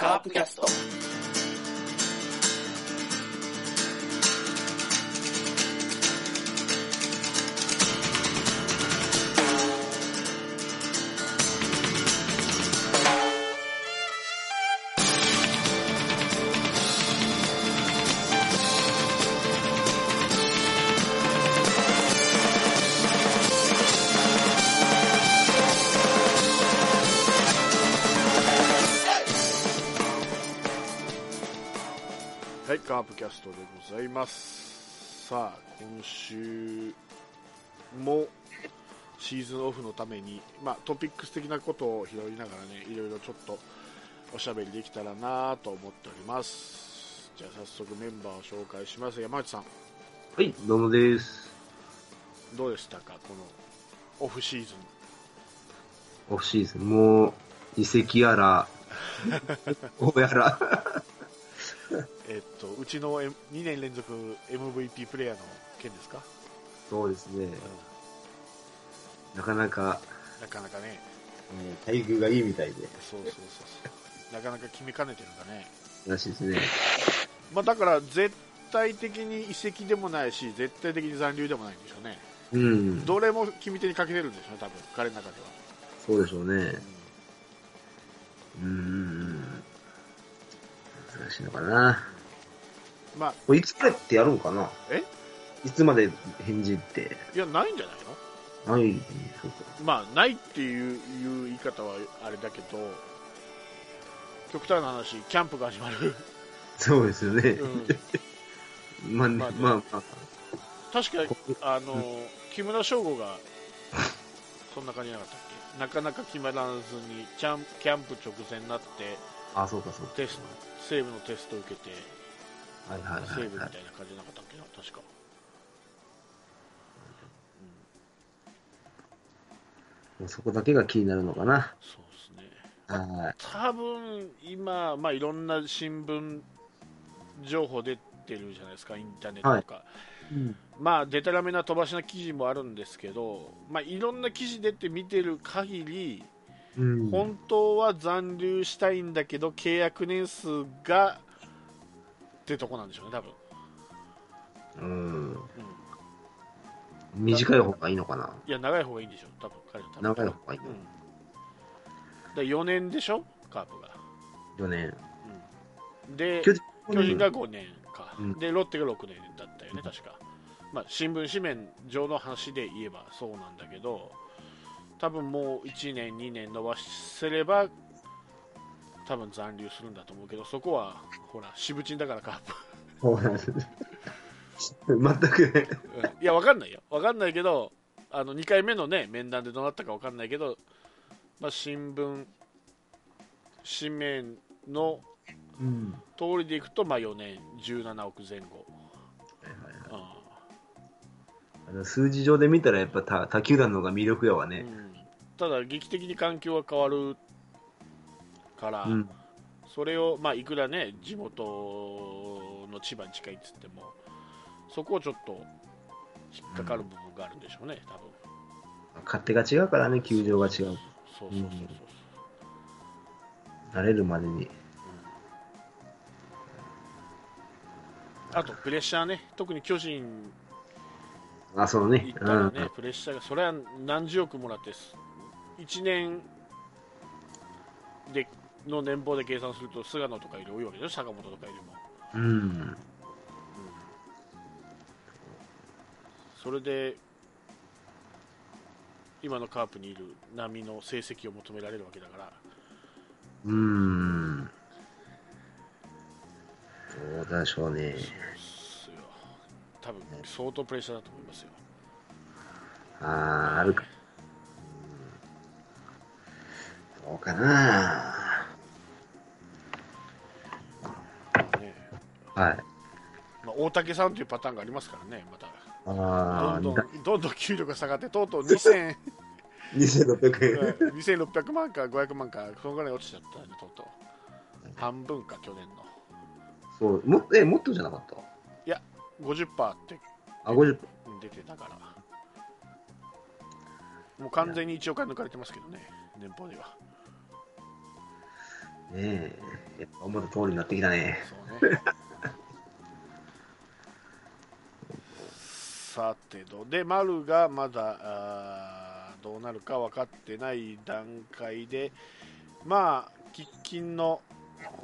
カープキャスト。はい、カープキャストでございます。さあ、今週もシーズンオフのために、まあ、トピックス的なことを拾いながらね、いろいろちょっとおしゃべりできたらなと思っております。じゃあ早速メンバーを紹介します。山内さん、はい、どうもです。どうでしたかこのオフシーズン。オフシーズン、もう、移籍やら、 こうや ら、えっと、うちの M- 2年連続 MVP プレイヤーの件ですか、そうですね、うなかなか、ん、なかなかね、待遇がいいみたいで、そうそうそうそう。なかなか決めかねてるんだね。らしいですね。まあ、だから絶対的に移籍でもないし絶対的に残留でもないんでしょうねうん、どれも決め手にかけてるんでしょうね多分彼の中では、そうでしょうねうん。うーん、難しいのかな。まあこれいつまでってやるんかなえいつまで返事って。いやないんじゃないはい、そうか。のまあないっていういう言い方はあれだけど極端な話キャンプが始ま る、そうですよねう。ん、ままあ、まああ、ねまあ、確かこあの木村翔吾がそんな感じじゃなかったっけなかなか決まらずにキャンキャンプ直前になってあ、そうか、そうか。テスセーブのテストを受けてはいはいセはーいブみはたいい。な感じなかったっけな、確か。もうそこだけが気になるのかな。そうですね。はい。多分今、まあ、いろんな新聞情報出てるじゃないですか、インターネットとか。まあ、でたらめな飛ばしな記事もあるんですけど、まあ、いろんな記事出て見てる限り、うん本当は残留したいんだけど、契約年数がってとこなんでしょうね、多分。ううんん、短い方がいいのかな。いや、長い方がいいんでしょう、多分彼の多分長い方がいいうん、だ4年でしょ、カープが。 4年。で、巨人巨人が5年か、うんでロッテが6年だったよね、確か、まあ、新聞紙面上の話で言えばそうなんだけど、多分もう1年、2年伸ばせれば、多分残留するんだと思うけど、そこはほら、渋チンだからか、そうなんです。全くね。 うんいや、わかんないよ、わかんないけど、あの2回目の、ね、面談でどうなったかわかんないけど、まあ、新聞紙面のうん。通りでいくと、まあ、4年、17億前後。うんあの数字上で見たらやっぱ他他球団の方が魅力やわうね。んただ劇的に環境が変わるから、うん。それを、まあ、いくらね地元の千葉に近いっつってもそこをちょっと引っかかる部分があるんでしょうね、多分勝手が違うからね、球場が違う。そうそうそうそう、慣れるまでに。あとプレッシャーね特に巨人あ、そう行ねっ。うたらん。ね、プレッシャーがそれは何十億もらってす1年での年俸で計算すると菅野とかいる多いわけでしょ坂本とかよりもうん。それで今のカープにいる波の成績を求められるわけだから、うん。どうでしょうねそうっ。すよ多分相当プレッシャーだと思いますよ、あー、あるか。うんどうかな。ねはい。まあ、大竹さんというパターンがありますからね、またああ、どんにどんどんどん給料が下がって、とうとう2000 2600円。うん2600万か500万か、そのぐらい落ちちゃったね、とうとう半分か、去年の そう、もっえ、もっとじゃなかった50%ってあ、50、出てたから、もう完全に1億円抜かれてますけどね、年俸では。ねえ。やっぱ思った通りになってきたね。そうねさてとで丸がまだあーどうなるか分かってない段階でまあ喫緊の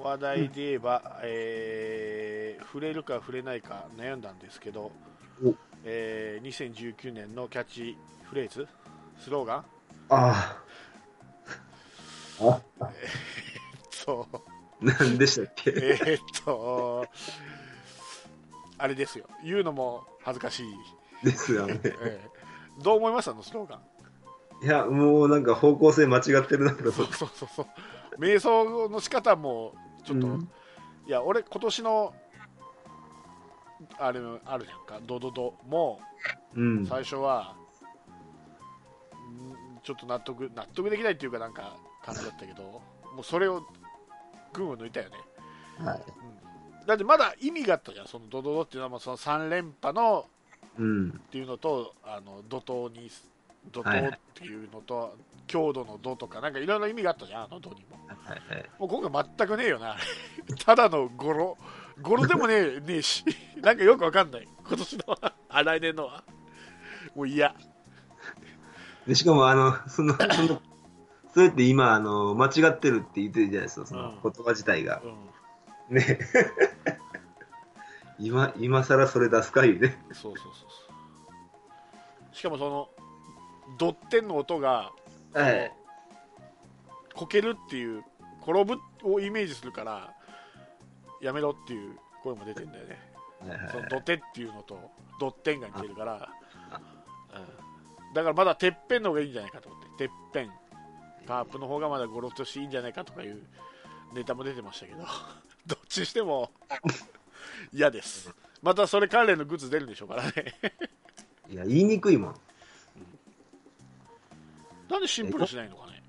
話題で言えば、えー触れるか触れないか悩んだんですけどお、えー2019年のキャッチフレーズスローガン ああ。あ、そうなんでしたっけえーっと、あれですよ、言うのも恥ずかしい、ですよね。えーどう思いましたの、スローガン、いや、もうなんか方向性間違ってるなと。そうそうそうそう、瞑想の仕方も、ちょっと、うんいや、俺、今年の、あれのあるじゃんか、ドドドも、うん。最初は、んちょっと納得、納得できないっていうか、なんか、感じだったけど、もうそれを、群を抜いたよね。はい。だってまだ意味があったじゃん、そのドドドっていうのはもうその3連覇のうん。っていうのとあの怒涛に怒はいは涛いっていうのと、強度の度とかなんかいろいろ意味があったじゃんあの度にもはいはい。もう今回全くねえよな ただの語呂語呂でもねえねえし なんかよくわかんない今年のは あ来年のはもう嫌で、しかも、あの、その、その、そうやって今、あの、間違ってるって言ってるじゃないですか、そのうん言葉自体がう。んね。 今、今更それ出すかいうね。そうそうそうそうしかもそのドってんの音がはい。こけるっていう転ぶをイメージするからやめろっていう声も出てんだよねはいはいその土手っていうのとドッテンが似てるから、うんだからまだてっぺんの方がいいんじゃないかと思っててっぺんカープの方がまだゴロッとしていいんじゃないかとかいうネタも出てましたけど どっちにしても嫌ですまたそれ関連のグッズ出るんでしょうからね いや、言いにくいもん。なんでシンプルにしないのかね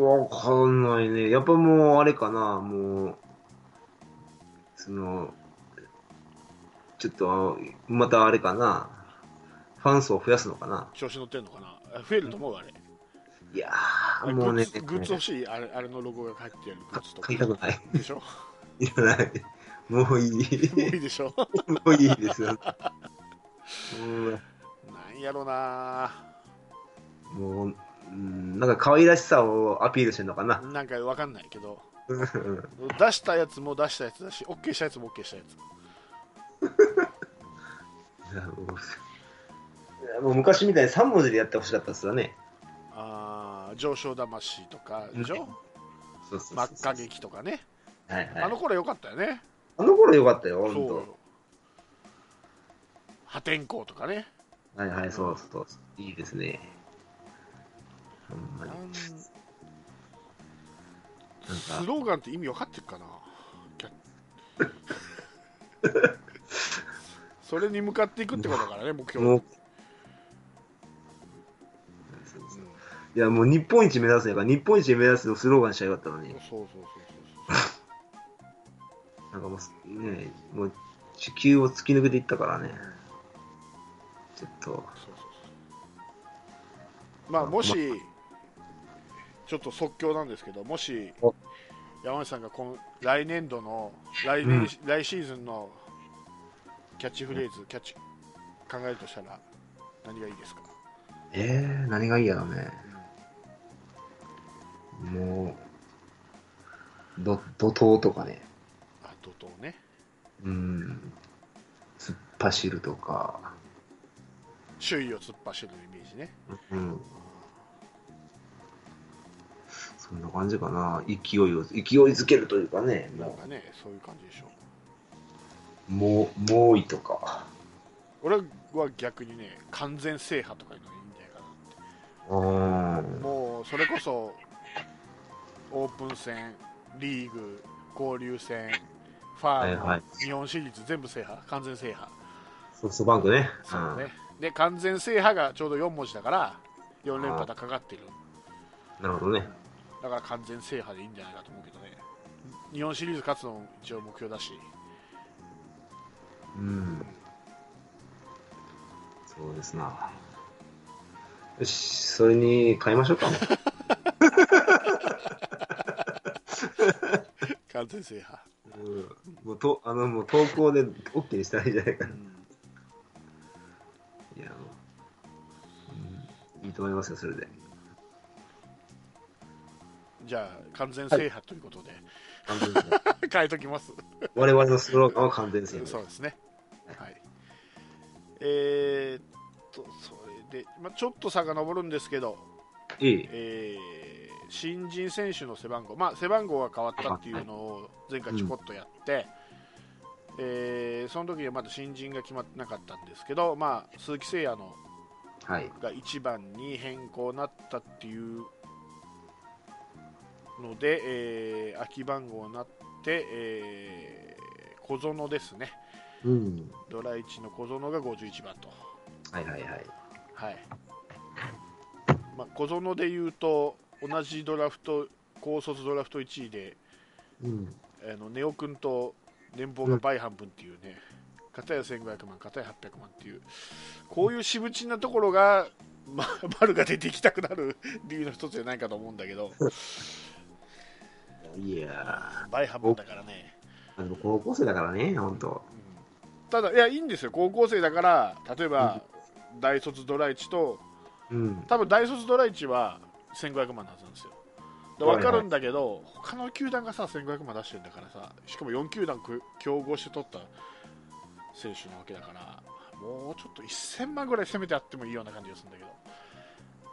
わかんないね。やっぱもう、あれかな、もう、その、ちょっと、またあれかな、ファン層を増やすのかな。調子乗ってんのかなあ増えると思うあれいやあー、れもうね、グッズグッズ欲しいあれあれのロゴが入ってるグッズとか買い たくない。でしょいらない。もういもうい。いいでしょ もういいですよ。うんなんやろなもう、うんなんか可愛らしさをアピールしてるのかな。なんかわかんないけどうん出したやつも出したやつだし、OK したやつも OK したやつ。いやもういやもう昔みたいに3文字でやってほしかったですよね。あー上昇魂とかでしょ、そうそうそうそう真っ赤。劇とかね、はいはい、あの頃良かったよね、あの頃良かったよ、そう本よ当。破天荒とかね、はいはい、そうそうそう。いいですね。ほんまに。なんかスローガンって意味分かってるかな、キ ャッそれに向かっていくってことだからね、目標もう。いや、もう日本一目指すんやから、日本一目指すのスローガンしちゃよかったのうにん、そうそうそうそうそう。なんかもう、ねえ、もう地球を突き抜けていったからね。ちょっと、そうそうそうまあもし、ちょっと即興なんですけどもしお山内さんが今来年度の来年、うん来シーズンのキャッチフレーズキャッチ考えるとしたら何がいいですかえー、何がいいやろね。もう、ど、怒涛とかね。あ怒涛ねうん。突っ走るとか。周囲を突っ走るイメージねうん。そんな感じかな。勢いを、勢いづけるというかね。なんもかねそういう感じでしょうう、もう、猛威とか。俺は逆にね完全制覇とかいうのがいいんじゃないかなうーん。もうそれこそオープン戦、リーグ、交流戦、ファーム、はいはい日本シリーズ全部制覇、完全制覇、ソフトバンクね。そうねで完全制覇がちょうど4文字だから4連覇がかかってる、うん。なるほどね。だから完全制覇でいいんじゃないかと思うけどね、日本シリーズ勝つのも一応目標だし、うん。そうですな。よし、それに変えましょうか。完全制覇、うんもうと、あの、もう投稿で OK にしたらいいんじゃないかうな。んいや、もううん、いいと思いますよ、それで。じゃあ完全制覇ということで、完全制覇変えときます我々のスローガンは完全制そう覇。ですね。はい。えーっと、それで、まあ、ちょっと遡るんですけど、いい。えー新人選手の背番号、まあ、背番号が変わったっていうのを前回ちょこっとやって、えーその時にはまだ新人が決まってなかったんですけど、まあ、鈴木誠也のはい。が1番に変更なったっていうので、えー空き番号になって、えー小園ですね。うん。ドラ1の小園が51番と、はいはいはい。はいまあ、小園でいうと同じドラフト高卒ドラフト1位でうん。あのネオ君と年俸が倍半分っていうね、片や1500万片や800万っていうこういう渋地なところが、ま、 丸が出てきたくなる 理由の一つじゃないかと思うんだけどいや倍半分だからね、ー、でも高校生だからね、本当うんただいやいいんですよ高校生だから例えば、大卒ドラ1とうん。多分大卒ドラ1は1500万のはずなんですよではい分はいかるんだけど、他の球団がさ1500万出してるんだからさしかも4球団く競合して取った選手なわけだからもうちょっと1000万ぐらい攻めてあってもいいような感じがするんだけど、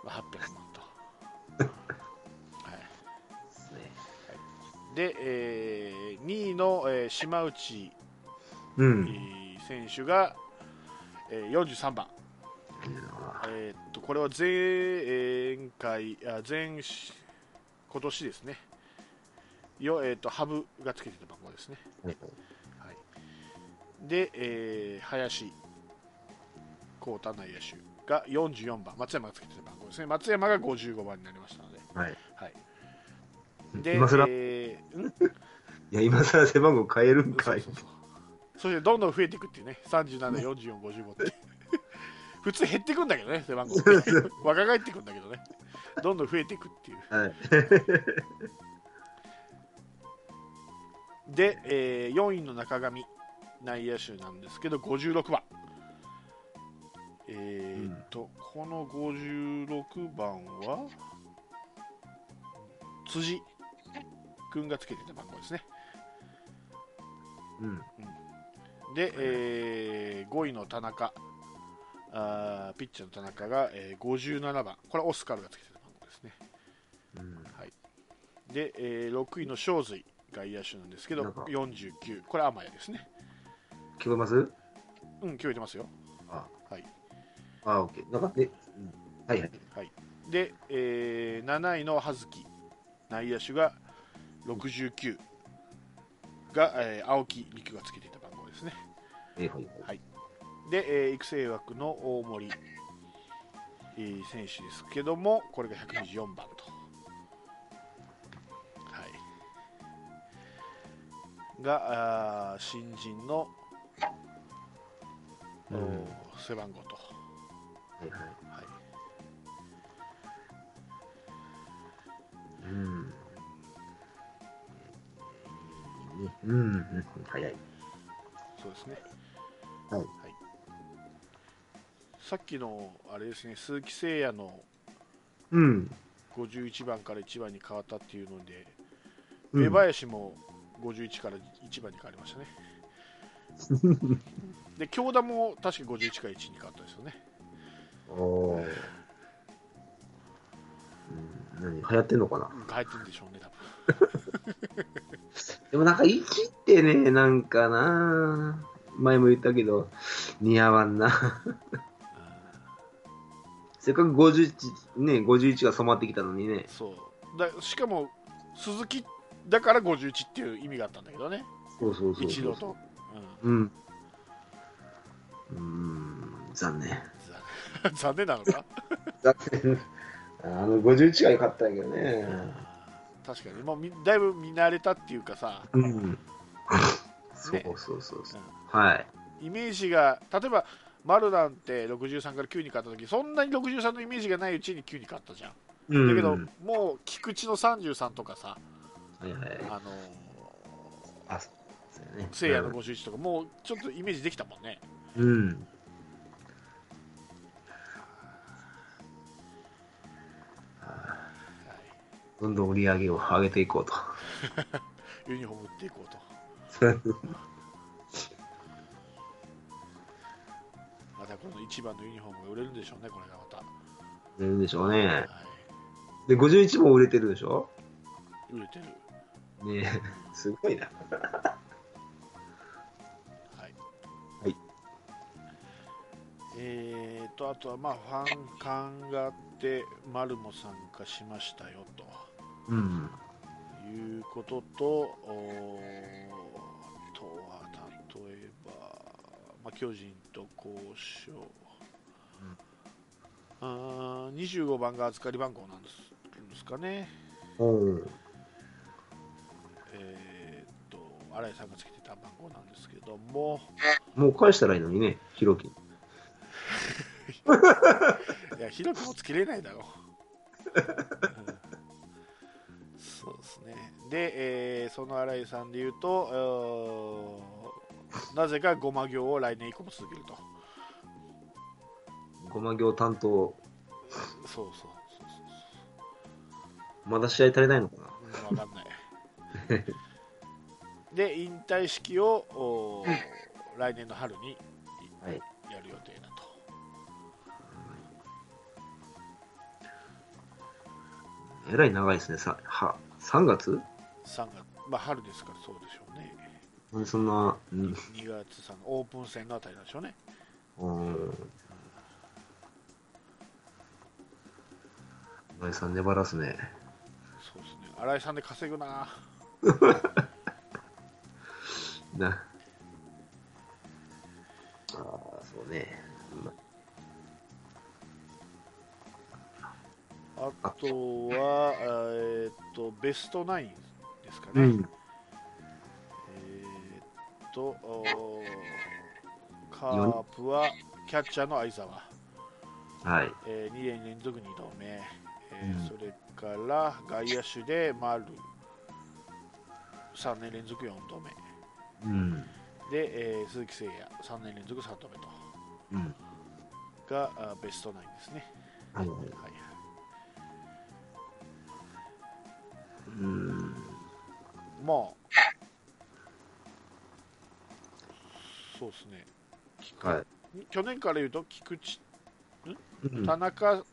まあ、800万と、はい、ですねで、え2位の、えー島内、うえん。ー選手が、えー43番えーっとこれは前回あ前し今年ですねよえーっとハブがつけてた番号ですね、はい、で、えー林浩太内野手が44番松山がつけてた番号ですね松山が55番になりましたので、はい。はい、で今更、いえーんや、今更背番号変えるんそかういそう。そうそしてどんどん増えていくっていうね374455って 普通減っていくんだけどね背番号って若返っていくんだけどねどんどん増えていくっていうはい。で、え4位の中上内野手なんですけど56番えー、っと、この56番は辻君がつけてた番号ですねうん。で、え5位の田中あーピッチャーの田中が、えー57番これはオスカルがつけてる番号ですねうん。で、え6位の正髄外野手なんですけどなんか49これは天谷ですね聞こえますうん聞こえてますよあ、はい。あ、オッケー。なんか、ね、うんはいはい。で、えー7位の葉月内野手が69が、えー青木陸がつけていた番号ですねえーはいはい。で、えー育成枠の大森、えー選手ですけどもこれが124番と、はい、があー新人の、うんおー背番号と、はいはい。はい、うん。うん。うん早い。そうですね、はいさっきのあれですね鈴木誠也のうん。 51番から1番に変わったっていうので、うん上林も51から1番に変わりましたね。 で京田も確か51から1に変わったですよね。おーうん、何流行ってんのかな変えてるんでしょうね、多分でもなんか1ってね、なんかな前も言ったけど、似合わんな。せっかく51、ね、51が染まってきたのにね。そうだしかも鈴木だから51っていう意味があったんだけどね、そうそうそうそう。一度と。うんうん。うーん、残念。残 残念なのか残念。あの、51が良かったんやけどね。確かにもうみだいぶ見慣れたっていうかさ、うん。そうそうそうそう。はい。イメージが例えばマルダンって63から9に変わった時そんなに63のイメージがないうちに9に変わったじゃんうんだけど、はいもう菊池の33とかさ、はい。あのあ、そうそうだよね。せいやの51とか、もうちょっとイメージできたもんね。うん。どんどん売り上げを上げていこうと。 ユニフォーム売っていこうと。またこの1番のユニフォームが売れるんでしょうね、これがまた。出るでしょうね。はで、51も売れてるでしょい、売れてる。ねえ、すごいな。はい。はい。えーと、あとはまあ、ファン感があって、丸も参加しましたよとうん。いうことと、おーあとは例えば、まあ、巨人と交渉。うんあー25番が預かり番号なんですですかね、おうえーっと新井さんがつけてた番号なんですけども、もう返したらいいのにね、ひろき。いや、広くもつけれない だろう。うんそうですね。で、えーその新井さんで言うと、うーなぜかごま行を来年以降も続けると。ごま行担当、そうそうそうまだ試合足りないのかなそうそう。うんわかんない。 で、引退式をおー来年の春にはいやる予定だと。えらい長いですね、さは3月3月、まあ春ですからそうでしょうね。なんでそんな、うん2月3、オープン戦のあたりなんでしょうね。うん。今井さん粘らすね。そうですね。新井さんで稼ぐな。な。ああ、そうね。まあとは、えーっと、ベストナインですかね。うえん。ーっと、おーカープはキャッチャーの相澤、はい。え2年連続2度目、えーうんそれから外野手で丸、3年連続4度目、うん。で、えー鈴木誠也、3年連続3度目と、うん。があベストナインですね。はいはい。はいはいうん。まあ、そうですね、は去年から言うと、菊池、い。うん田中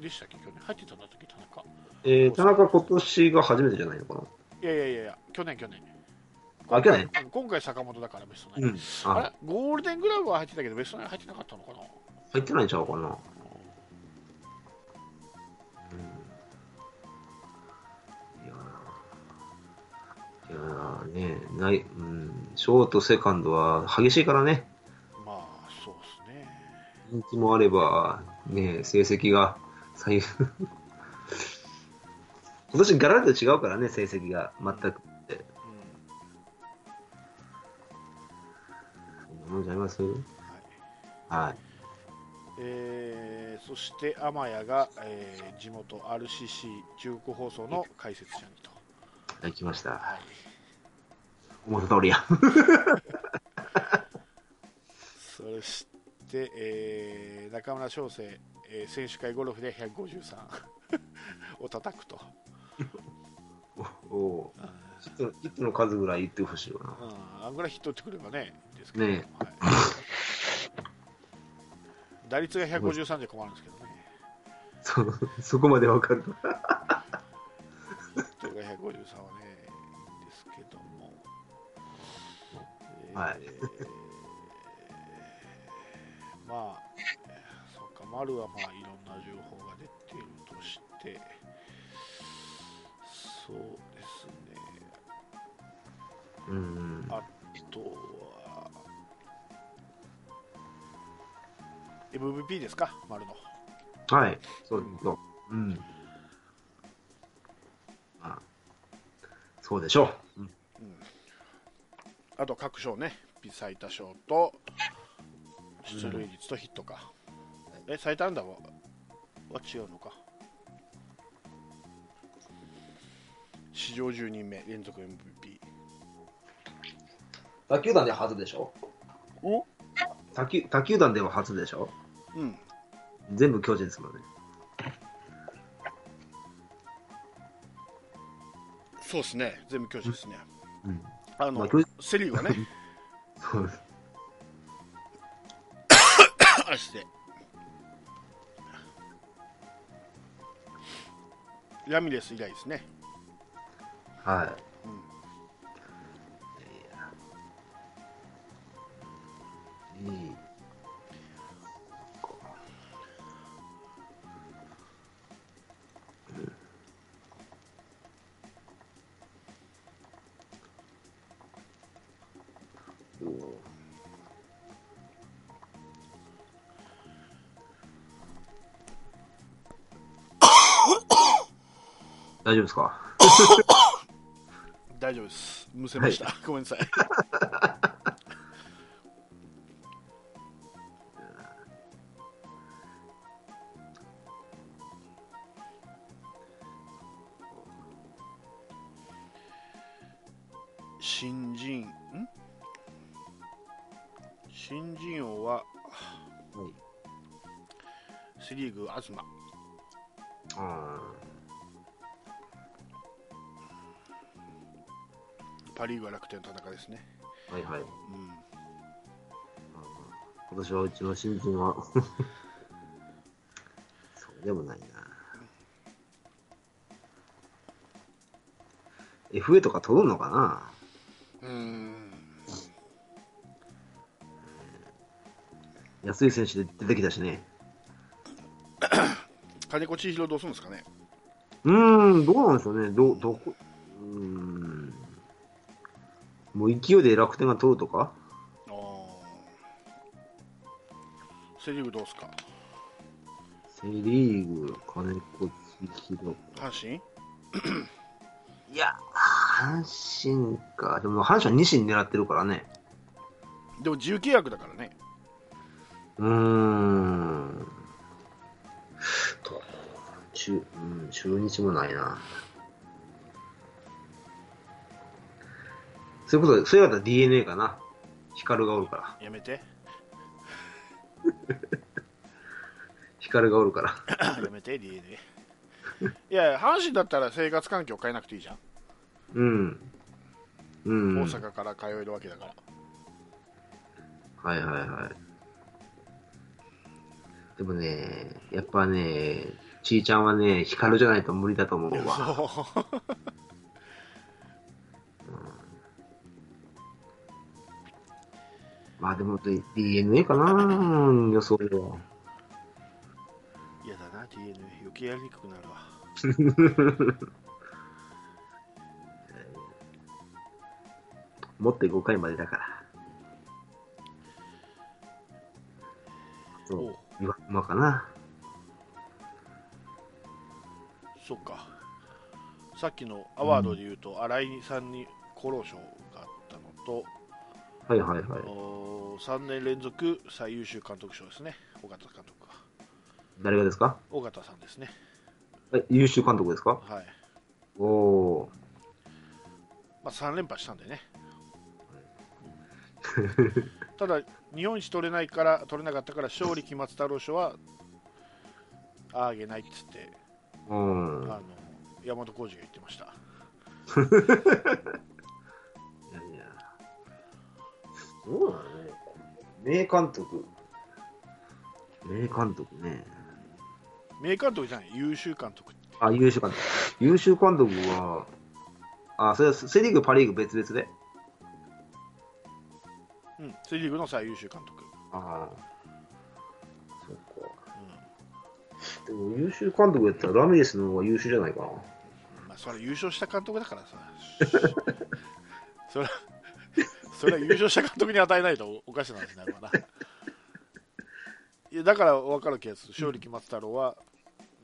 でしたっけ、去年、入ってたんだったっけ、田中。えー、田中今年が初めてじゃないのかないやいやいやいや、去年、去年。あ去年うん今回、坂本だからベストナイン。うん。ああれ、ゴールデングラブは入ってたけど、ベストナイン入ってなかったのかな。入ってないんちゃうかな。いやーいやーねない、うん、ショート、セカンドは激しいからね、まあ、そうですね。人気もあれば、ね成績が 左右。今年ガラッと違うからね、成績が全く。うんそんなもんちゃいますはいはい。えーそして、天谷が、えー地元 RCC 中国放送の解説者にと。いただきました。はい思った通りや。そして、えー中村翔成、えー選手会ゴルフで153 を叩くと、おおうんヒットのヒットの数ぐらい言ってほしいよな。うん、あんぐらいヒット打ってくればね、ですけど、ねはい、打率が153じゃ困るんですけどね、そそこまでわかると。ヒットが153はね、いいんですけども、えーはい まあ、そっか、丸はまあいろんな情報が出ているとして、そうですね、うん。あとは、MVP ですか、丸の。はい。そうそう。うん。あそうでしょう。うんあと各賞ね、最多賞と出塁率とヒットか。え、最多安打はは違うのか。史上10人目連続 MVP。他球団では初でしょお他球他球団では初でしょうん。全部巨人ですもんね。そうですね。全部巨人ですね。うん。あの、まあ巨人セリーグは ね、そうです。あれして。ラミレス以来ですね。はい。うんいい。 大丈夫ですか大丈夫です。むせました。ごめんなさい。新人ん新人王ははい。セ・リーグ東あパ・リーグは楽天田中ですね、ーはいはい。うん、今年はうちの新人は、そうでもないな。FA とか取るのかなうーん安い選手で出てきたしね。金子千尋どうするんですかねうーん、どうなんでしょうね。ど、どこ、うーん。もう勢いで楽天が取るとかあーセ・リーグどうっすかセリーグ、金子千尋。阪神いや、阪神か。でも阪神は2神狙ってるからね。でも自由契約だからねうーん。と、中、うん、中日もないな。そういうこと、そういうことは DNA かな。光がおるから。やめ て光がおるから。やめて DNA いや阪神だったら生活環境変えなくていいじゃん、うん。うん。大阪から通えるわけだからはいはいはい。でもね、やっぱね、ちいちゃんはね、光じゃないと無理だと思うわ。そうまあでも DNA かな、予想では。嫌だな DNA 余計やりにくくなるわ持って5回までだから。おそうう、岩隈かな。そっかさっきのアワードで言うと、新井さんに厚労省があったのと、はいはいはい。お3年連続最優秀監督賞ですね尾形監督は誰がですか尾形さんですねえ優秀監督ですかはい、おおまあ、3連覇したんでねただ日本一取れないから取れなかったから勝利期末太郎賞はあげないっつってー。うん。あの山本浩二が言ってましたいやいや。そうだね。名監督。名監督ね。名監督じゃない優秀監督あ、優秀監督。優秀監督は、あ、それはセ・リーグ、パ・リーグ別々で。うんセ・リーグの最優秀監督ああ。そっか。でも優秀監督やったらラミレスの方が優秀じゃないかな。まあ、それは優勝した監督だからさそれはそれは優勝した監督に与えないとおかしな話になるわないやだから分かるケース勝利決まったろうは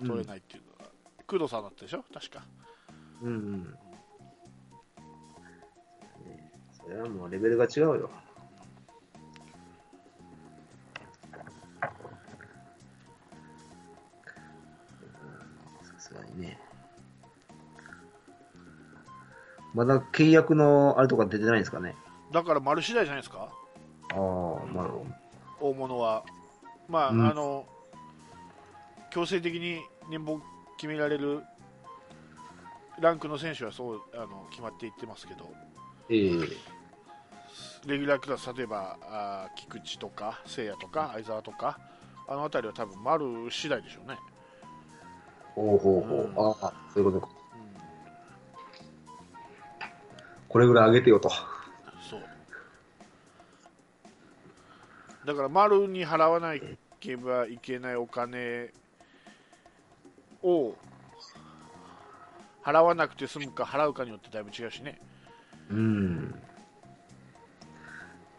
取れないっていうのは、工藤さんだったでしょ確かうんうん。それはもうレベルが違うよ。さすがにね。まだ契約のあれとか出てないんですかね。だから丸次第じゃないですかああ、なるほ大物はまあ、うんあの強制的に年俸決められるランクの選手はそうあの決まっていってますけどど。ええレギュラークラス例えばあー菊池とか誠也とか相澤とかあの辺りは多分丸次第でしょうね、ほうほうほう。ああ、そういうことか。うん、これぐらい上げてよと。そうだから丸に払わなければいけないお金を払わなくて済むか払うかによってだいぶ違うしねうん。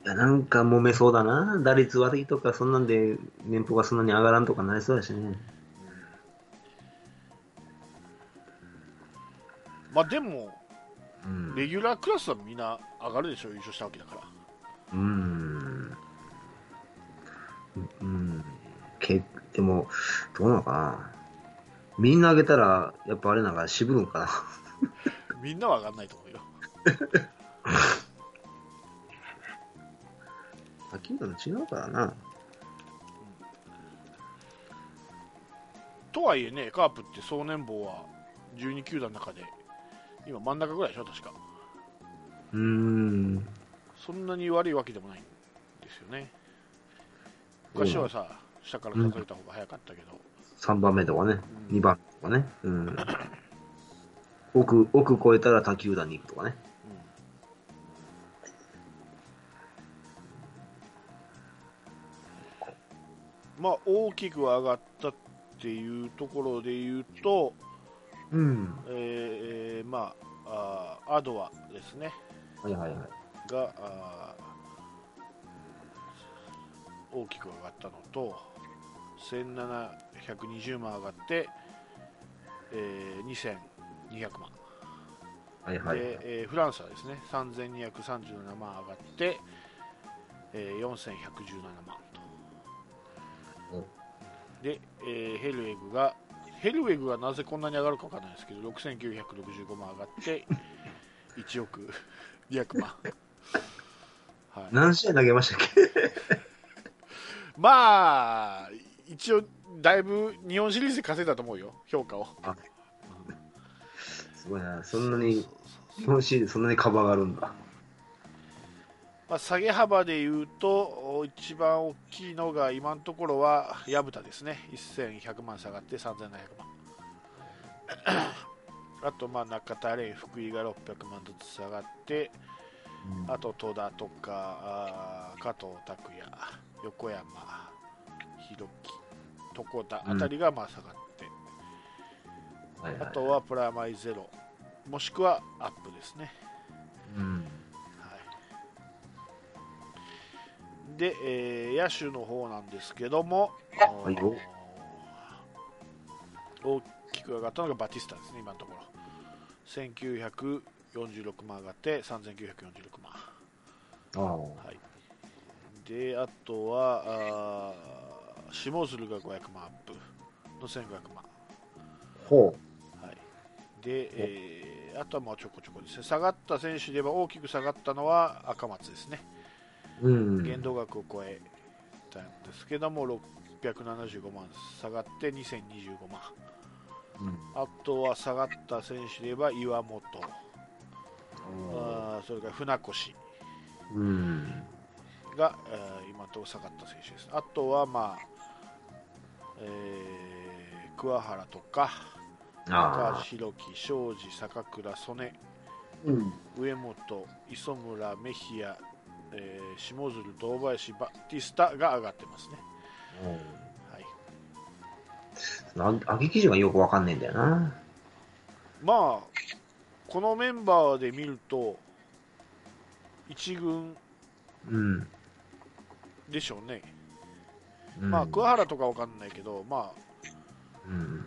いや、なんか揉めそうだな。打率悪いとか、そんなんで年俸がそんなに上がらんとかなりそうだしね。まあでもうん。レギュラークラスはみんな上がるでしょ優勝したわけだからうん。うん。け、でも、どうなのかな。みんな上げたら、やっぱあれなんか渋るんかな。 みんなは上がんないと思うよ秋の違うからな。とはいえねカープって総年俸は12球団の中で今真ん中ぐらいでしょ確かうーん。そんなに悪いわけでもないんですよね昔はさ、下から数えた方が早かったけど、 3番目とかね、うん2番目とかね。うん。奥、奥超えたら他球団に行くとかね。まあ大きく上がったっていうところで言うと、うん。えーまああーアドアですねはいはいはい。があー大きく上がったのと1720万上がって、えー2200万はいはい。でえーフランスはですね3237万上がって、えー4117万と、うんで、えーヘルウェグがヘルウェグがなぜこんなに上がるかわからないですけど6965万上がって1億200万、 はい、何試合投げましたっけ まあ一応だいぶ日本シリーズで稼いだと思うよ評価をあすごいな。そんなそう、にそうそう日本シリーズそんなにカバーがあるんだ。まあ、下げ幅でいうと一番大きいのが今のところは薮田ですね1100万下がって3700万あとまあ中田蓮福井が600万ずつ下がってあと戸田とかあー加藤拓也横山弘樹床田あたりがまあ下がって、はいはいあと、はプラマイゼロもしくはアップですねうん。はい、で、えー野手の方なんですけども、いよ大きく上がったのがバティスタですね、今のところ。1946万上がって3946万。ああ。はい、で、あとは、あー下鶴が500万アップの1500万。ほはい、で、えーあとはまあちょこちょこですね。下がった選手で言えば大きく下がったのは赤松ですね。う。うん。限度額を超えたんですけども675万下がって2025万うんあとは下がった選手で言えば岩本あああーそれから船越うん。が、えー今のところ下がった選手ですあとはまあえー桑原とか高ああ。橋宏樹庄司坂倉曽根うん。上本磯村メヒア、えー下鶴堂林バティスタが上がってますね、はい、その上げ基準がよくわかんないんだよな。まあこのメンバーで見ると一軍うん。でしょうね、うんまあ桑原とかわかんないけど、まあ、うん。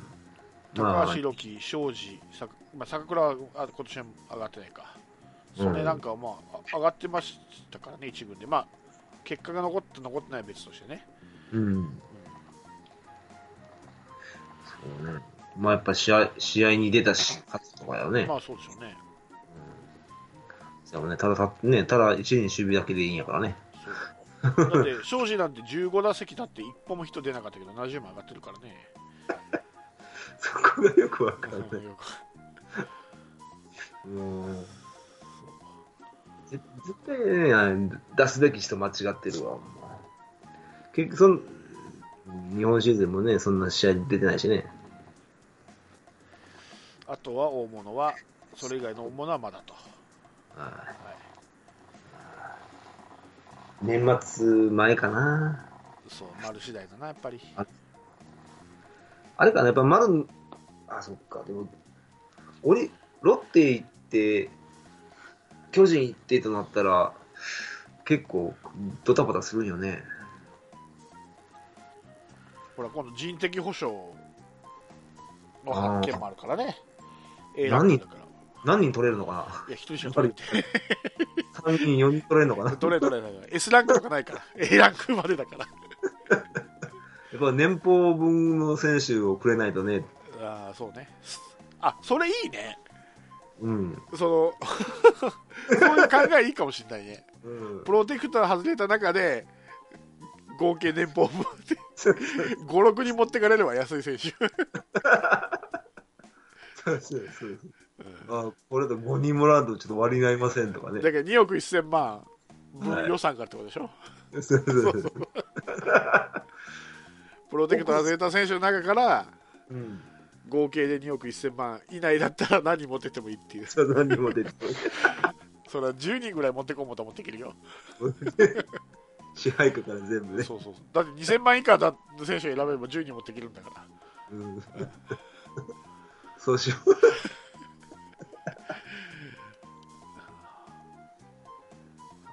ま高あ橋宏樹、庄司、さまあ、坂倉はあ今年は上がってないか、それうんなんかはまああ上がってましたからね、一軍で、まあ、結果が残って残ってないは別としてね、うん。そうね。まあやっぱ試合試合に出たし、勝つとかだよね。まあそうでしょうね、そでもね、ただた、ね、ただ1人守備だけでいいんやからね。 そうだって庄司なんて15打席だって一歩も人出なかったけど70も上がってるからねそこがよくわかんない。よくうん。ぜ絶対ね、あの出すべき人間違ってるわ。結局その、日本シリーズでもね、そんな試合出てないしね。 あとは大物はそれ以外の大物はまだと、ははい、い年末前かな。そう丸次第だなやっぱりあれかな、やっぱ丸、あ、そっか、でも、オリ、ロッテ行って、巨人行ってとなったら、結構、ドタバタするんよね。ほら今度人的保障の発見もあるからねえ何だから何人取れるのか いや一人しか取れてな ?3 人、4人取れるのかなどれどれだから S ランクとかないから A ランクまでだからやっぱ年俸分の選手をくれないとね、ああそうねあそれいいねうん。その そういう考えいいかもしれないねうんプ、ロテクター外れた中で合計年俸分 で56に持ってかれれば安い選手そうそうそううんあこれで5人もらうとちょっと割になりませんとかね。だけど2億1000万分はい予算からってことでしょ、そうそうそうプロテクター外れた選手の中からうん。 合計で2億1000万以内だったら何持ってってもいいっていうちょっと何も出てこないそれは10人ぐらい持ってこうもと思ってきるよ支配下から全部ね。そうそうそうだって2000万以下だの選手を選べば10人持ってきるんだからうんそうしよう。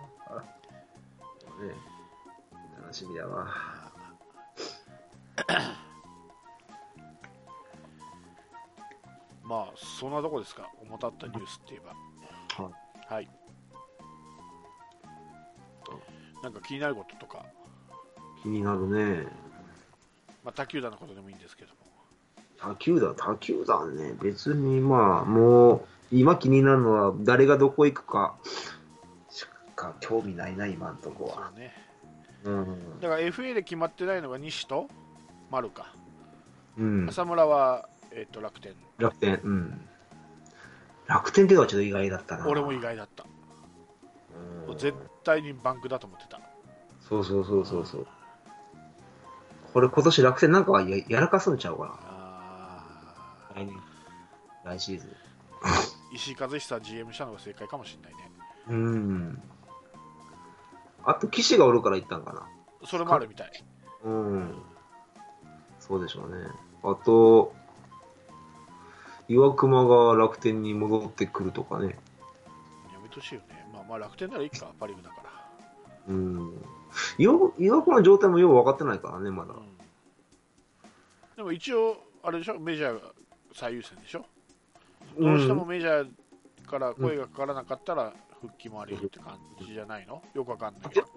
ね、楽しみだわ。まあそんなとこですか重たったニュースって言えばははい、なんか気になることとか、気になるね。まあ、他球団のことでもいいんですけども他球団、他球団ね。別にまあ、もう、今気になるのは誰がどこ行くかしか興味ないな、今んとこは。そうねうん。だから FA で決まってないのが西と丸かうん、浅村は、えっと楽天楽天。うん。楽天っていうのはちょっと意外だったな。俺も意外だったうん絶対にバンクだと思ってたそうそうそうそうそう。これ今年楽天なんかはややらかすんちゃうかあな。来年。来シーズー石井和久 GM したのが正解かもしれないねン。うん。あと、騎士がおるから行ったんかな。それもあるみたいうん。そうでしょうね。あと、岩隈が楽天に戻ってくるとかね。やめてほしいよねまあまあ楽天ならいいかパ・リーグだかうん。岩岩隈の状態もよう分かってないからね、まだら、う。ん、でも一応あれでしょメジャーが最優先でしょどうしてもメジャーから声がかからなかったら復帰もあり得るって感じじゃないのよくわかんないけど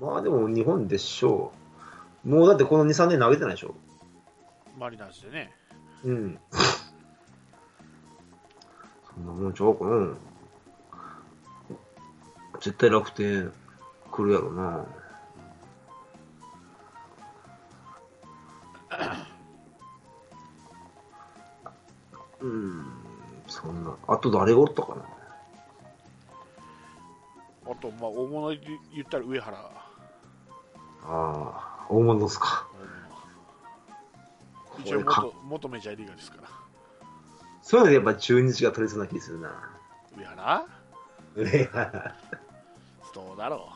まあでも日本でしょう。もうだってこの2、3年投げてないでしょ。マリナーズでねうん。そんなもんちゃうかな。絶対楽天来るやろな。うん、そんな。あと誰がおったかな。あとまあ大物で言ったら上原ああ、大物っすか。一応これか元元メジャーリーガーですからそういうのでやっぱ中日が取れそうな気するな。上原ねどうだろ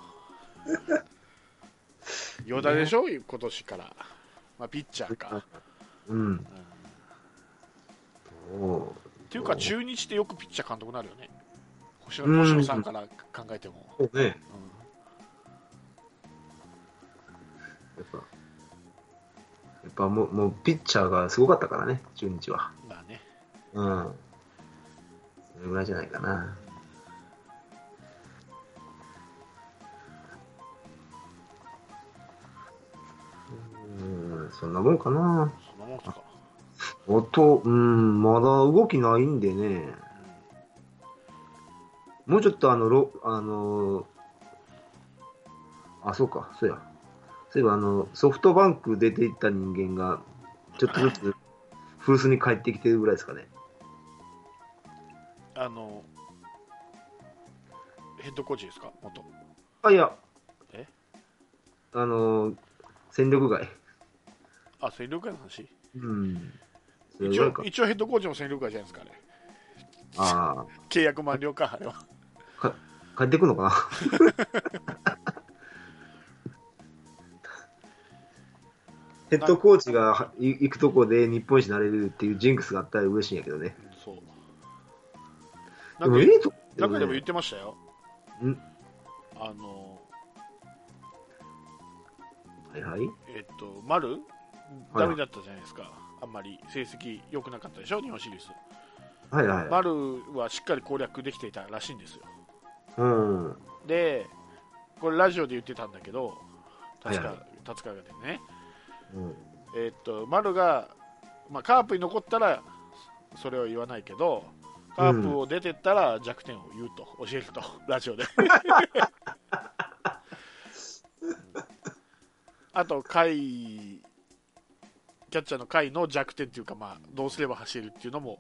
うヨダでしょ今年から、まあ、ピッチャーか、うん。うんおうっていうか中日ってよくピッチャー監督になるよね星野うん星野さんから考えても、そうね。うやっぱ、やっぱもう、もうピッチャーがすごかったからね、中日は。んまあねうん。それぐらいじゃないかな。うん、そんなもんかな。そんなもんですか、音、うん、まだ動きないんでね。うんもうちょっとあの、ろあのーあ、そうか、そうや。そういえばあの、ソフトバンク出ていった人間が、ちょっとずつ、古巣に帰ってきてるぐらいですかね。あのヘッドコーチですか元あ、いや。えあのー戦力外。あ戦力外の話うん。それ一ぐらい応か。一応ヘッドコーチも戦力外じゃないですかねあ契約満了かあれはあ、帰ってくん のかなヘッドコーチがはい行くとこで日本一になれるっていうジンクスがあったら嬉しいんやけどね。そうでなんもかいいとこなだんかよねでも言ってましたよんあのはいはい。えっと丸はいダメだったじゃないですか、あんまり成績良くなかったでしょ日本シリーズはいはいはい。丸はしっかり攻略できていたらしいんですようん。はでこれラジオで言ってたんだけど立はい川は立川がでねうんえっと丸が、まあ、カープに残ったらそれを言わないけどカープを出てったら弱点を言うと、教えると ラジオであと甲斐キャッチャーの甲斐の弱点っていうか、まあ、どうすれば走れるっていうのも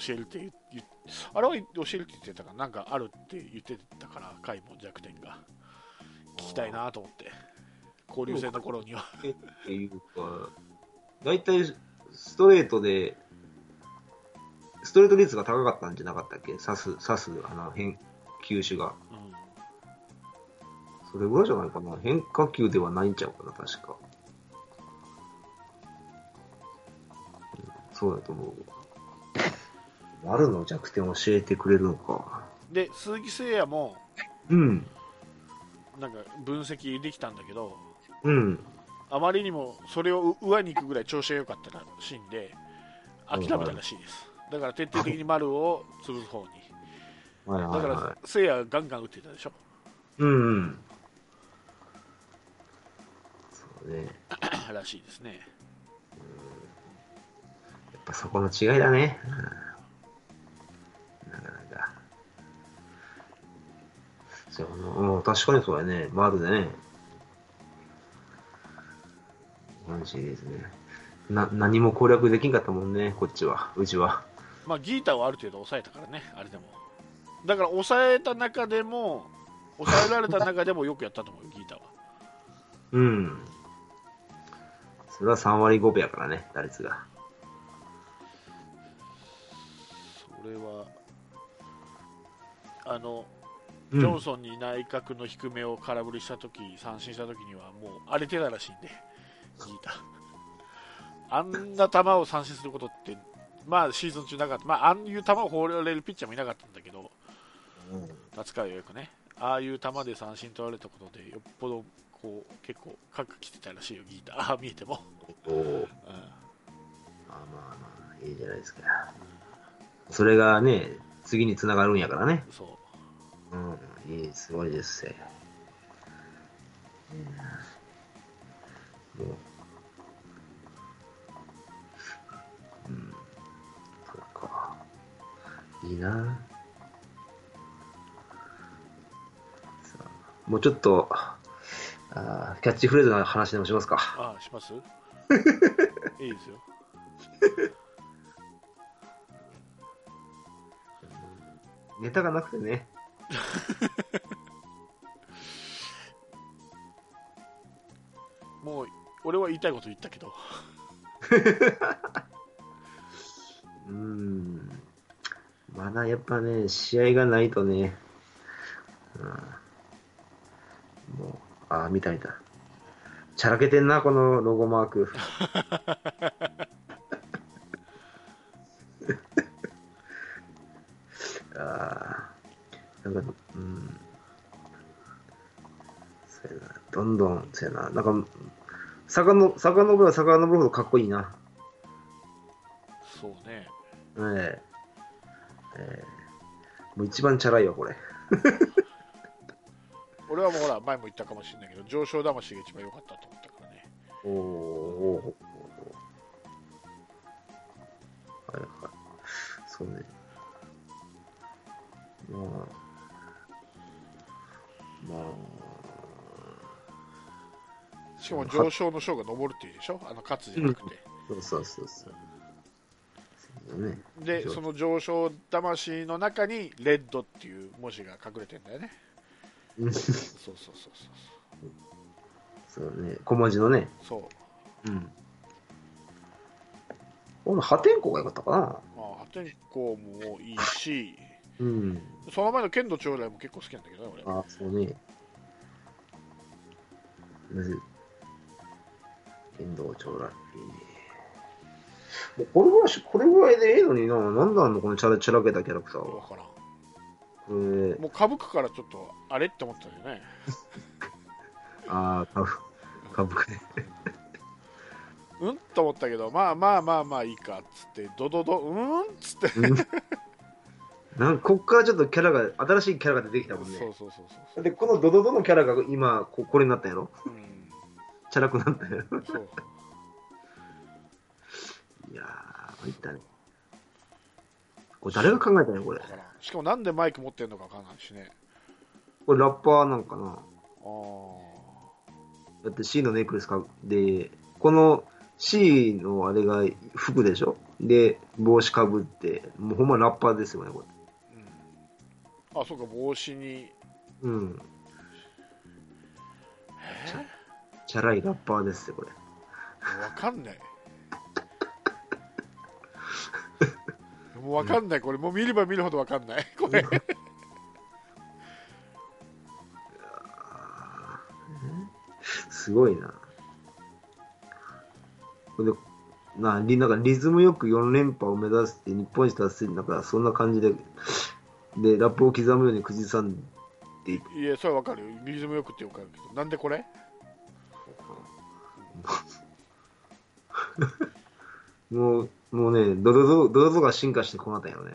教えるって言言あれは教えるって言ってたかななんかあるって言ってたから甲斐も弱点が聞きたいなと思って交流戦の頃にはっていうか、大体ストレートで、ストレート率が高かったんじゃなかったっけ刺す、刺す、あの、変、球種が。うんそれぐらいじゃないかな。変化球ではないんちゃうかな、確か。うんそうだと思う。丸の弱点を教えてくれるのか。で鈴木誠也もうん。なんか分析できたんだけどうん。あまりにもそれを上に行くぐらい調子が良かったらしいんで諦めたらしいですだから徹底的に丸を潰す方にはいだはからいはい。誠也がガンガン打ってたでしょ うん、うん。そうね。らしいですねやっぱそこの違いだね。うんなかなか。そう、うん、確かにそうやね。丸でね。楽しいですね。な、何も攻略できんかったもんね、こっちは。うちは。まあギータはある程度抑えたからねあれでもだから抑えた中でも抑えられた中でもよくやったと思うよギータはうん。それは3割5分やからね、打率が。それはあのうジョンん。ソンに内角の低めを空振りしたとき、三振したときにはもう荒れてたらしいんで、ギータ。あんな球を三振することって、まあシーズン中なかった、まあああいう球を放られるピッチャーもいなかったんだけど、夏川ようやくね、ああいう球で三振取られたことで、よっぽどこう結構、カク来てたらしいよ、ギータ。ああ、見えても。おーうんまあまあまあ、いいじゃないですか。それがね、次につながるんやからね。そううん、いい、すごいですね。もう。うん。そうか。いいな。さあもうちょっと、あーキャッチフレーズの話でもしますか。ああ、します いいですよ。ネタがなくてね。もう、俺は言いたいこと言ったけど、うーん。まだやっぱね、試合がないとね、うん、もう、ああ、見た見た。ちゃらけてんな、このロゴマーク。 ああ、なんか、うん。そうやな、どんどん、そうやな、なんか、さかの、さかのぼればさかのぼるほどかっこいいな。そうね。ええええもう一番チャラいわ、これ。俺はもうほら前も言ったかもしれないけど上昇魂が一番良かったと思ったからねおおはいはい。そうね。まあ、まあ。しかも上昇の章が上るっていうでしょあの勝つじゃなくて、そうそうそうそう。そうだね。で上その上昇魂の中にレッドっていう文字が隠れてんだよねうんそうそうそうそ そうね。小文字のね。うそううん。俺、破天荒が良かったかな。まあ破天荒もいいしうん。その前の剣道長来も結構好きなんだけどね俺あそうね。なぜ剣道長来。もうこれぐらいし、これぐらいでええのにな。なんなんのこのチャラチャラけたキャラクター分は。からんこれ、もう歌舞伎からちょっとあれって思ったよねああ、かぶ、かぶくね。 うんと思ったけどまあまあまあまあいいかっつってドドドうーんっつってなんかこっからちょっとキャラが、新しいキャラが出てきたそうもんね。そうそうそうそで、このドドドのキャラが今、ここれになったんやろう、うん、チャラくなったんやろそういやー、参ったね。これ誰が考えたんや、これ分。からんしかもなんでマイク持ってんのか分からないしねこれラッパーなんかなああだって C のネックレスか、で、この C のあれが服でしょで、帽子かぶって、もうほんまラッパーですよね、こうんあそうか帽子にれ。うん。えチャラいラッパーですよ、これ。分かんないもう分かんないこれもう見れば見るほど分かんないこれあーすごいな。これで、な、リなんかリズムよく4連覇を目指して日本一達成、なんかそんな感じで、で、ラップを刻むようにくじさんでいく。いやそれは分かるよリズムよくって分かるけどなんでこれもう、もうね、ドドド、ドドドが進化してこうなったんやろね。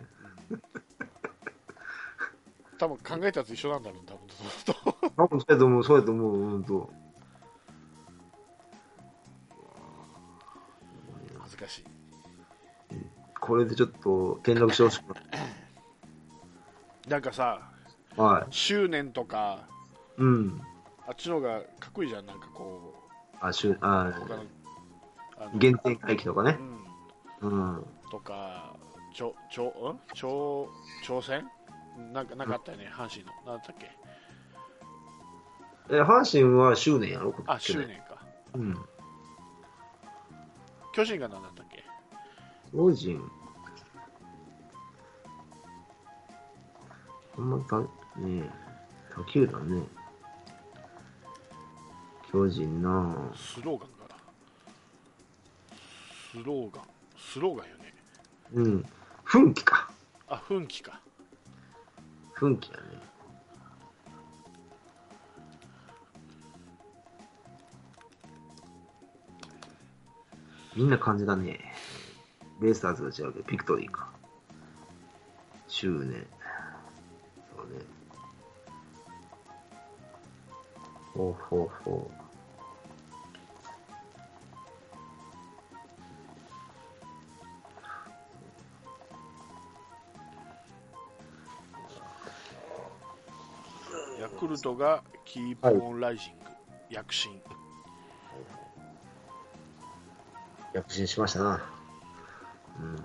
多分考えたやつ一緒なんだろう多分そうすると多分そうやと思う、そうやと思う、うんと。恥ずかしいこれでちょっと転落してほしくない。なんかさは執念とかい。うん。あっちの方がかっこいいじゃんなんかこあ、しゅう他あのあの原点回帰とかねう。んうん。とかちょちょん朝朝鮮なんかなんかあったよね阪神のなんだったっけえ、阪神は執念やろあ執。念か去年うん。巨人が何だったっけ巨人。ほんまか、ねえ、他球団ね。巨人なスローガンかなスローガンスローガンよねうん。奮起か。あ奮起か奮起やね。みんな感じだね。ベイスターズが違うけど、ピクトリーか。執念。そうね。ほうほうほヤクルトがキープオンライジング、躍進う。躍進しましたな。うん。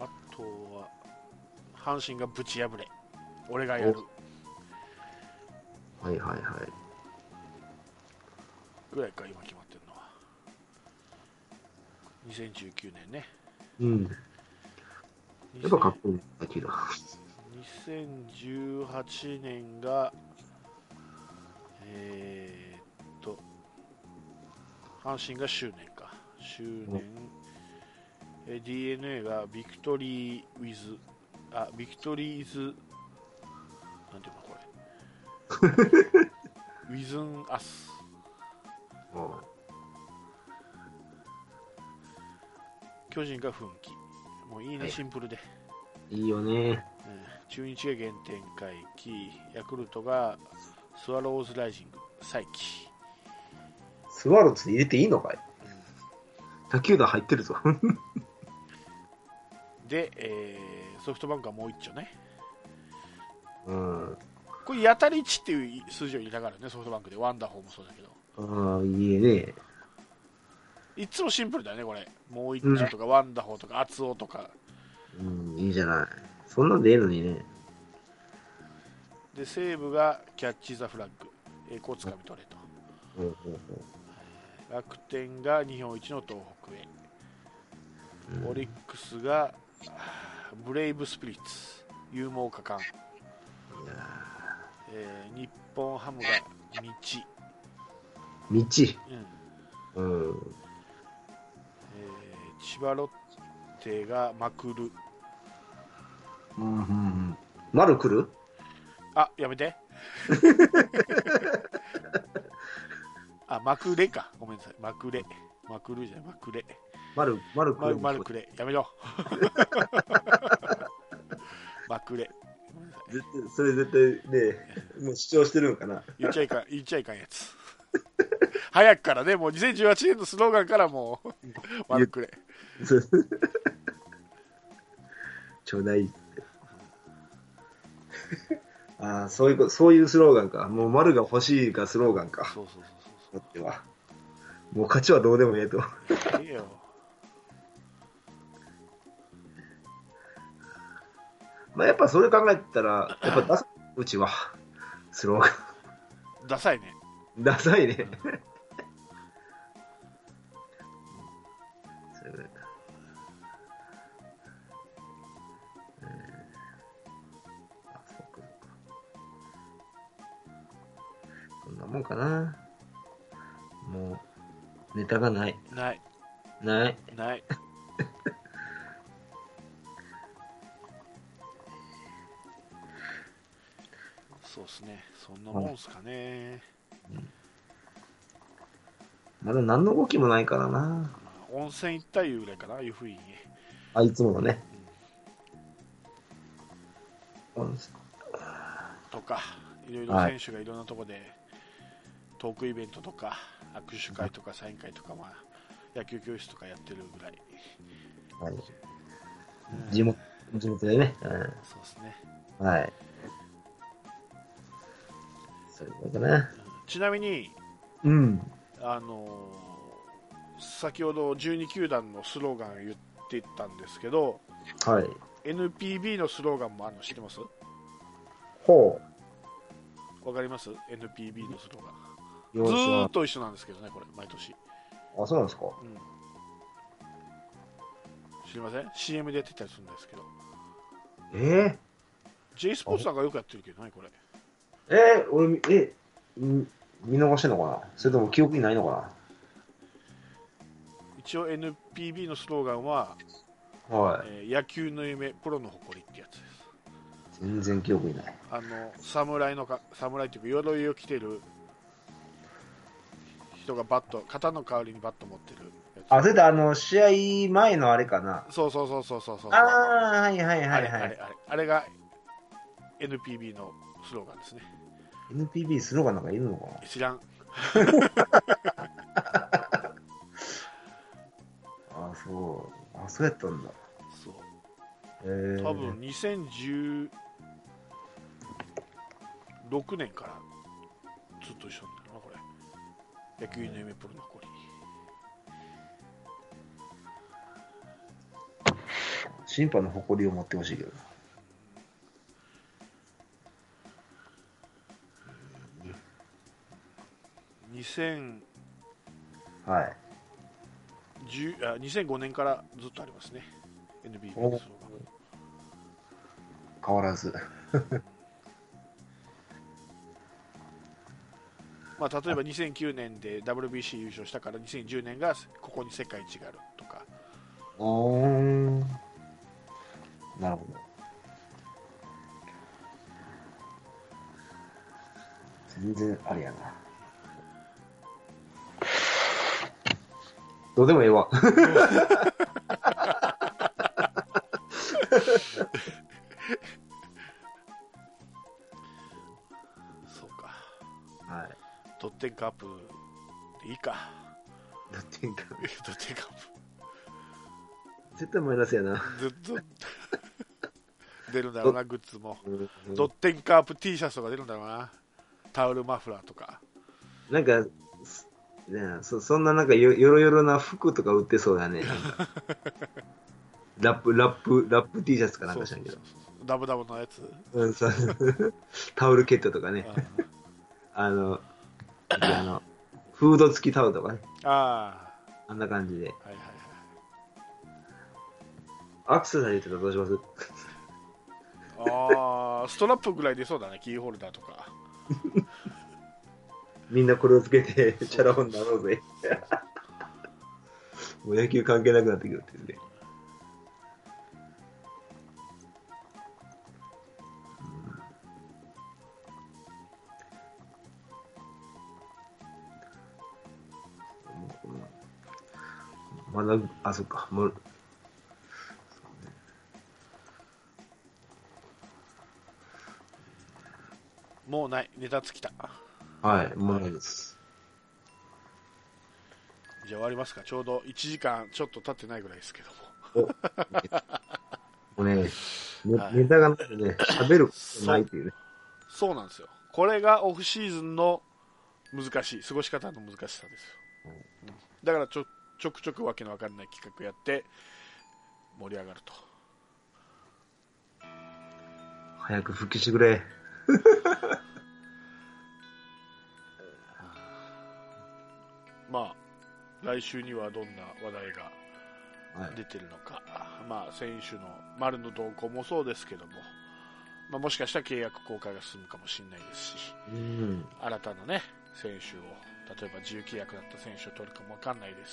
あとは阪神がぶち破れ俺がやるはいはいはい。ぐらいか今決まってるのは2019年ねうん。やっぱかっこいいね、野 球だ。 2018年がえーっと阪神が執念か執念え d n a がビクトリー・ウィズあビクトリー・ズなんていうのこ れウィズン・アスうん巨人が奮起もういいね、はいシンプルで、いいよね。うん中日が原点回帰ヤクルトがスワローズ・ライジング再起スワローズ入れていいのかい他球団入ってるぞ。で、えーソフトバンクはもう一丁ね うん。ここれ、やたり1っていう数字を入れたからね、ソフトバンクで。ワンダホーもそうだけど。ああ、いいね。いつもシンプルだよね、これ。もう1とか、ワンダホーとか、厚尾とか。うん、いいじゃない。そんなんでええのにね。で、西武がキャッチ・ザ・フラッグ。えー、こうつかみ取れと。ほうほうほ楽天が日本一の東北へ。ううんオリックスがあーブレイブスピリッツ、勇猛果敢、えー日本ハムが道、道。うんうん。えー千葉ロッテがまくる、うんうんうん。丸来るあやめ て。あ、まくれか。ごめんなさい。まくれ。まくるじゃない、まくれ。丸、丸来まる。まるくれ。やめ ろ。まくれ。絶対それ絶対ね、もう主張してるのかな。 言っちゃいかん、言っちゃいかんやつ。早くからね、もう2018年のスローガンからもう、悪くれ。ちょうだいって。ああ、そういうこと、そういうスローガンか。もう丸が欲しいがスローガンか。そうそうそだっては。もう勝ちはどうでもええと。うそう。いいよ。まあやっぱそれ考えてたら、やっぱダサいうちは、スローガン。ダサいね。ダサいね。それぐらいかうんあそうかそうかこんなもんかな。もう、ネタがない。ない、ない。ない。 そうっすね。そんなもんっすかね。まだ何の動きもないからな。温泉行ったいうぐらいかな、湯布院へ。あ、いつものね。とか、いろいろはい選手がいろんなとこで、トークイベントとか、握手会とか、サイン会とか、まあ、野球教室とかやってるぐらい。はいうん地元、地元でね。うんそうですね。はい。それぐらいかな。ちなみに、うん。あのー先ほど12球団のスローガンを言ってたんですけど、はい。 NPB のスローガンもあるの知ってますほわかります ?NPB のスローガン。う。よずーはっと一緒なんですけどね、これ、毎年。あ、そうなんですか。うん、知りません ?CM でやってたりするんですけど。え J スポーツなんかよくやってるけどね、これ。ー、えー、俺み、え、み見逃してんのかなそれとも記憶にないのか一応 NPB のスローガンは、なはえー野球の夢、プロの誇りってやつです。い。全然記憶にない。あの侍のか侍っていうか鎧を着てる人がバット肩の代わりにバット持ってるあ、やそれとあの、試合前のあれかな。つそうそうそうそうそうそうああー、はいはいあはれあれいあはいれ。あれが NPB のスローガンですね NPB スローガンなんかいるのかな知らんあ、そう。あ、そうやったんだ。そうえー、多分。2016年からずっと一緒なんだよなこれ野球の夢プロの誇り審判の誇りを持ってほしいけどな。 2010はい。あ2005年からずっとありますね NPB おのスローガン変わらず。まあ、例えば2009年で WBC 優勝したから2010年がここに世界一があるとかおーなるほど。全然あれやな。どうでもええわ。そうかはトッテンカップでいいか い。だってんか。トッテンカッ絶対マイナスやな。プずっと出るんだろうな、グッズも。うんドッテンカープ T シャツとか出るんだろうな。タオルマフラーとか。なんか、すねそそんななんかよよろよろな服とか売ってそうだね。なん かラップ、ラップ、ラップ T シャツかなんかしらんけど。ダブダブのやつ。うんそう タオルケットとかね。あの、あの、フード付きタオルとかね。ああんな感じで。あ、はいはいはい。アクセサリーとかどうしますああ、 ストラップぐらい出そうだね、キーホルダーとか。みんなこれをつけて、チャラ本になろう ぜ。もう野球関係なくなってくるっていうね。まだ、あ、そっか、もう。もうない、ネタ尽きた。はい、もうないです。じゃあ終わりますか、ちょうど1時間ちょっと経ってないぐらいですけども。もうね、ねはいネタがなくて ね、喋ることないっていうね。そうなんですよ。これがオフシーズンの難しい、過ごし方の難しさですよ。うんだからちょちょくちょくわけのわかんない企画やって、盛り上がると。早く復帰してくれ。まあ、来週にはどんな話題がはい出てるのか、まあ、選手の丸の動向もそうですけども、まあ、もしかしたら契約更改が進むかもしれないですし、うん。新たなね、選手を、例えば自由契約だった選手を取るかもわかんないです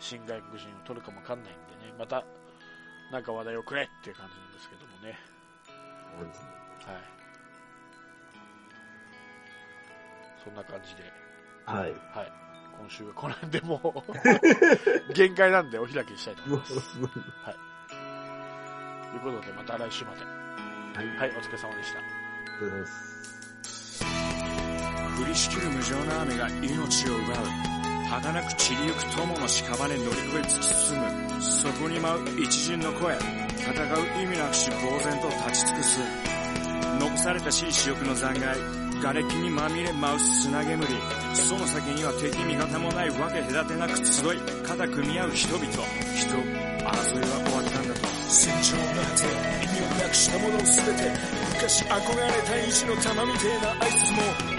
し、新外国人を取るかもわかんないんでね、また、なんか話題をくれっていう感じなんですけどもね。はい。そんな感じで、はい。はい。今週はこの辺でもう限界なんでお開きにしたいと思います。ということで、また来週まで。はいはい、お疲れ様でした。ありがとうございます。降りしきる無情な雨が命を奪う儚く散りゆく友の屍に乗り越え突き進むそこに舞う一陣の声戦う意味なくし呆然と立ち尽くす残されたし死翼の残骸瓦礫にまみれ舞う砂煙その先には敵味方もないわけ隔てなく集い肩組み合う人々人争いは終わったんだと戦場の果て意味をなくしたもの全て昔憧れた意地の玉みてえなあいつも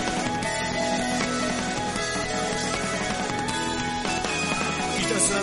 去るいたずら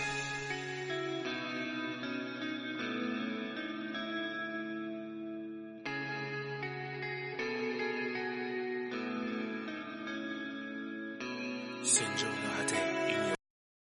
戦場の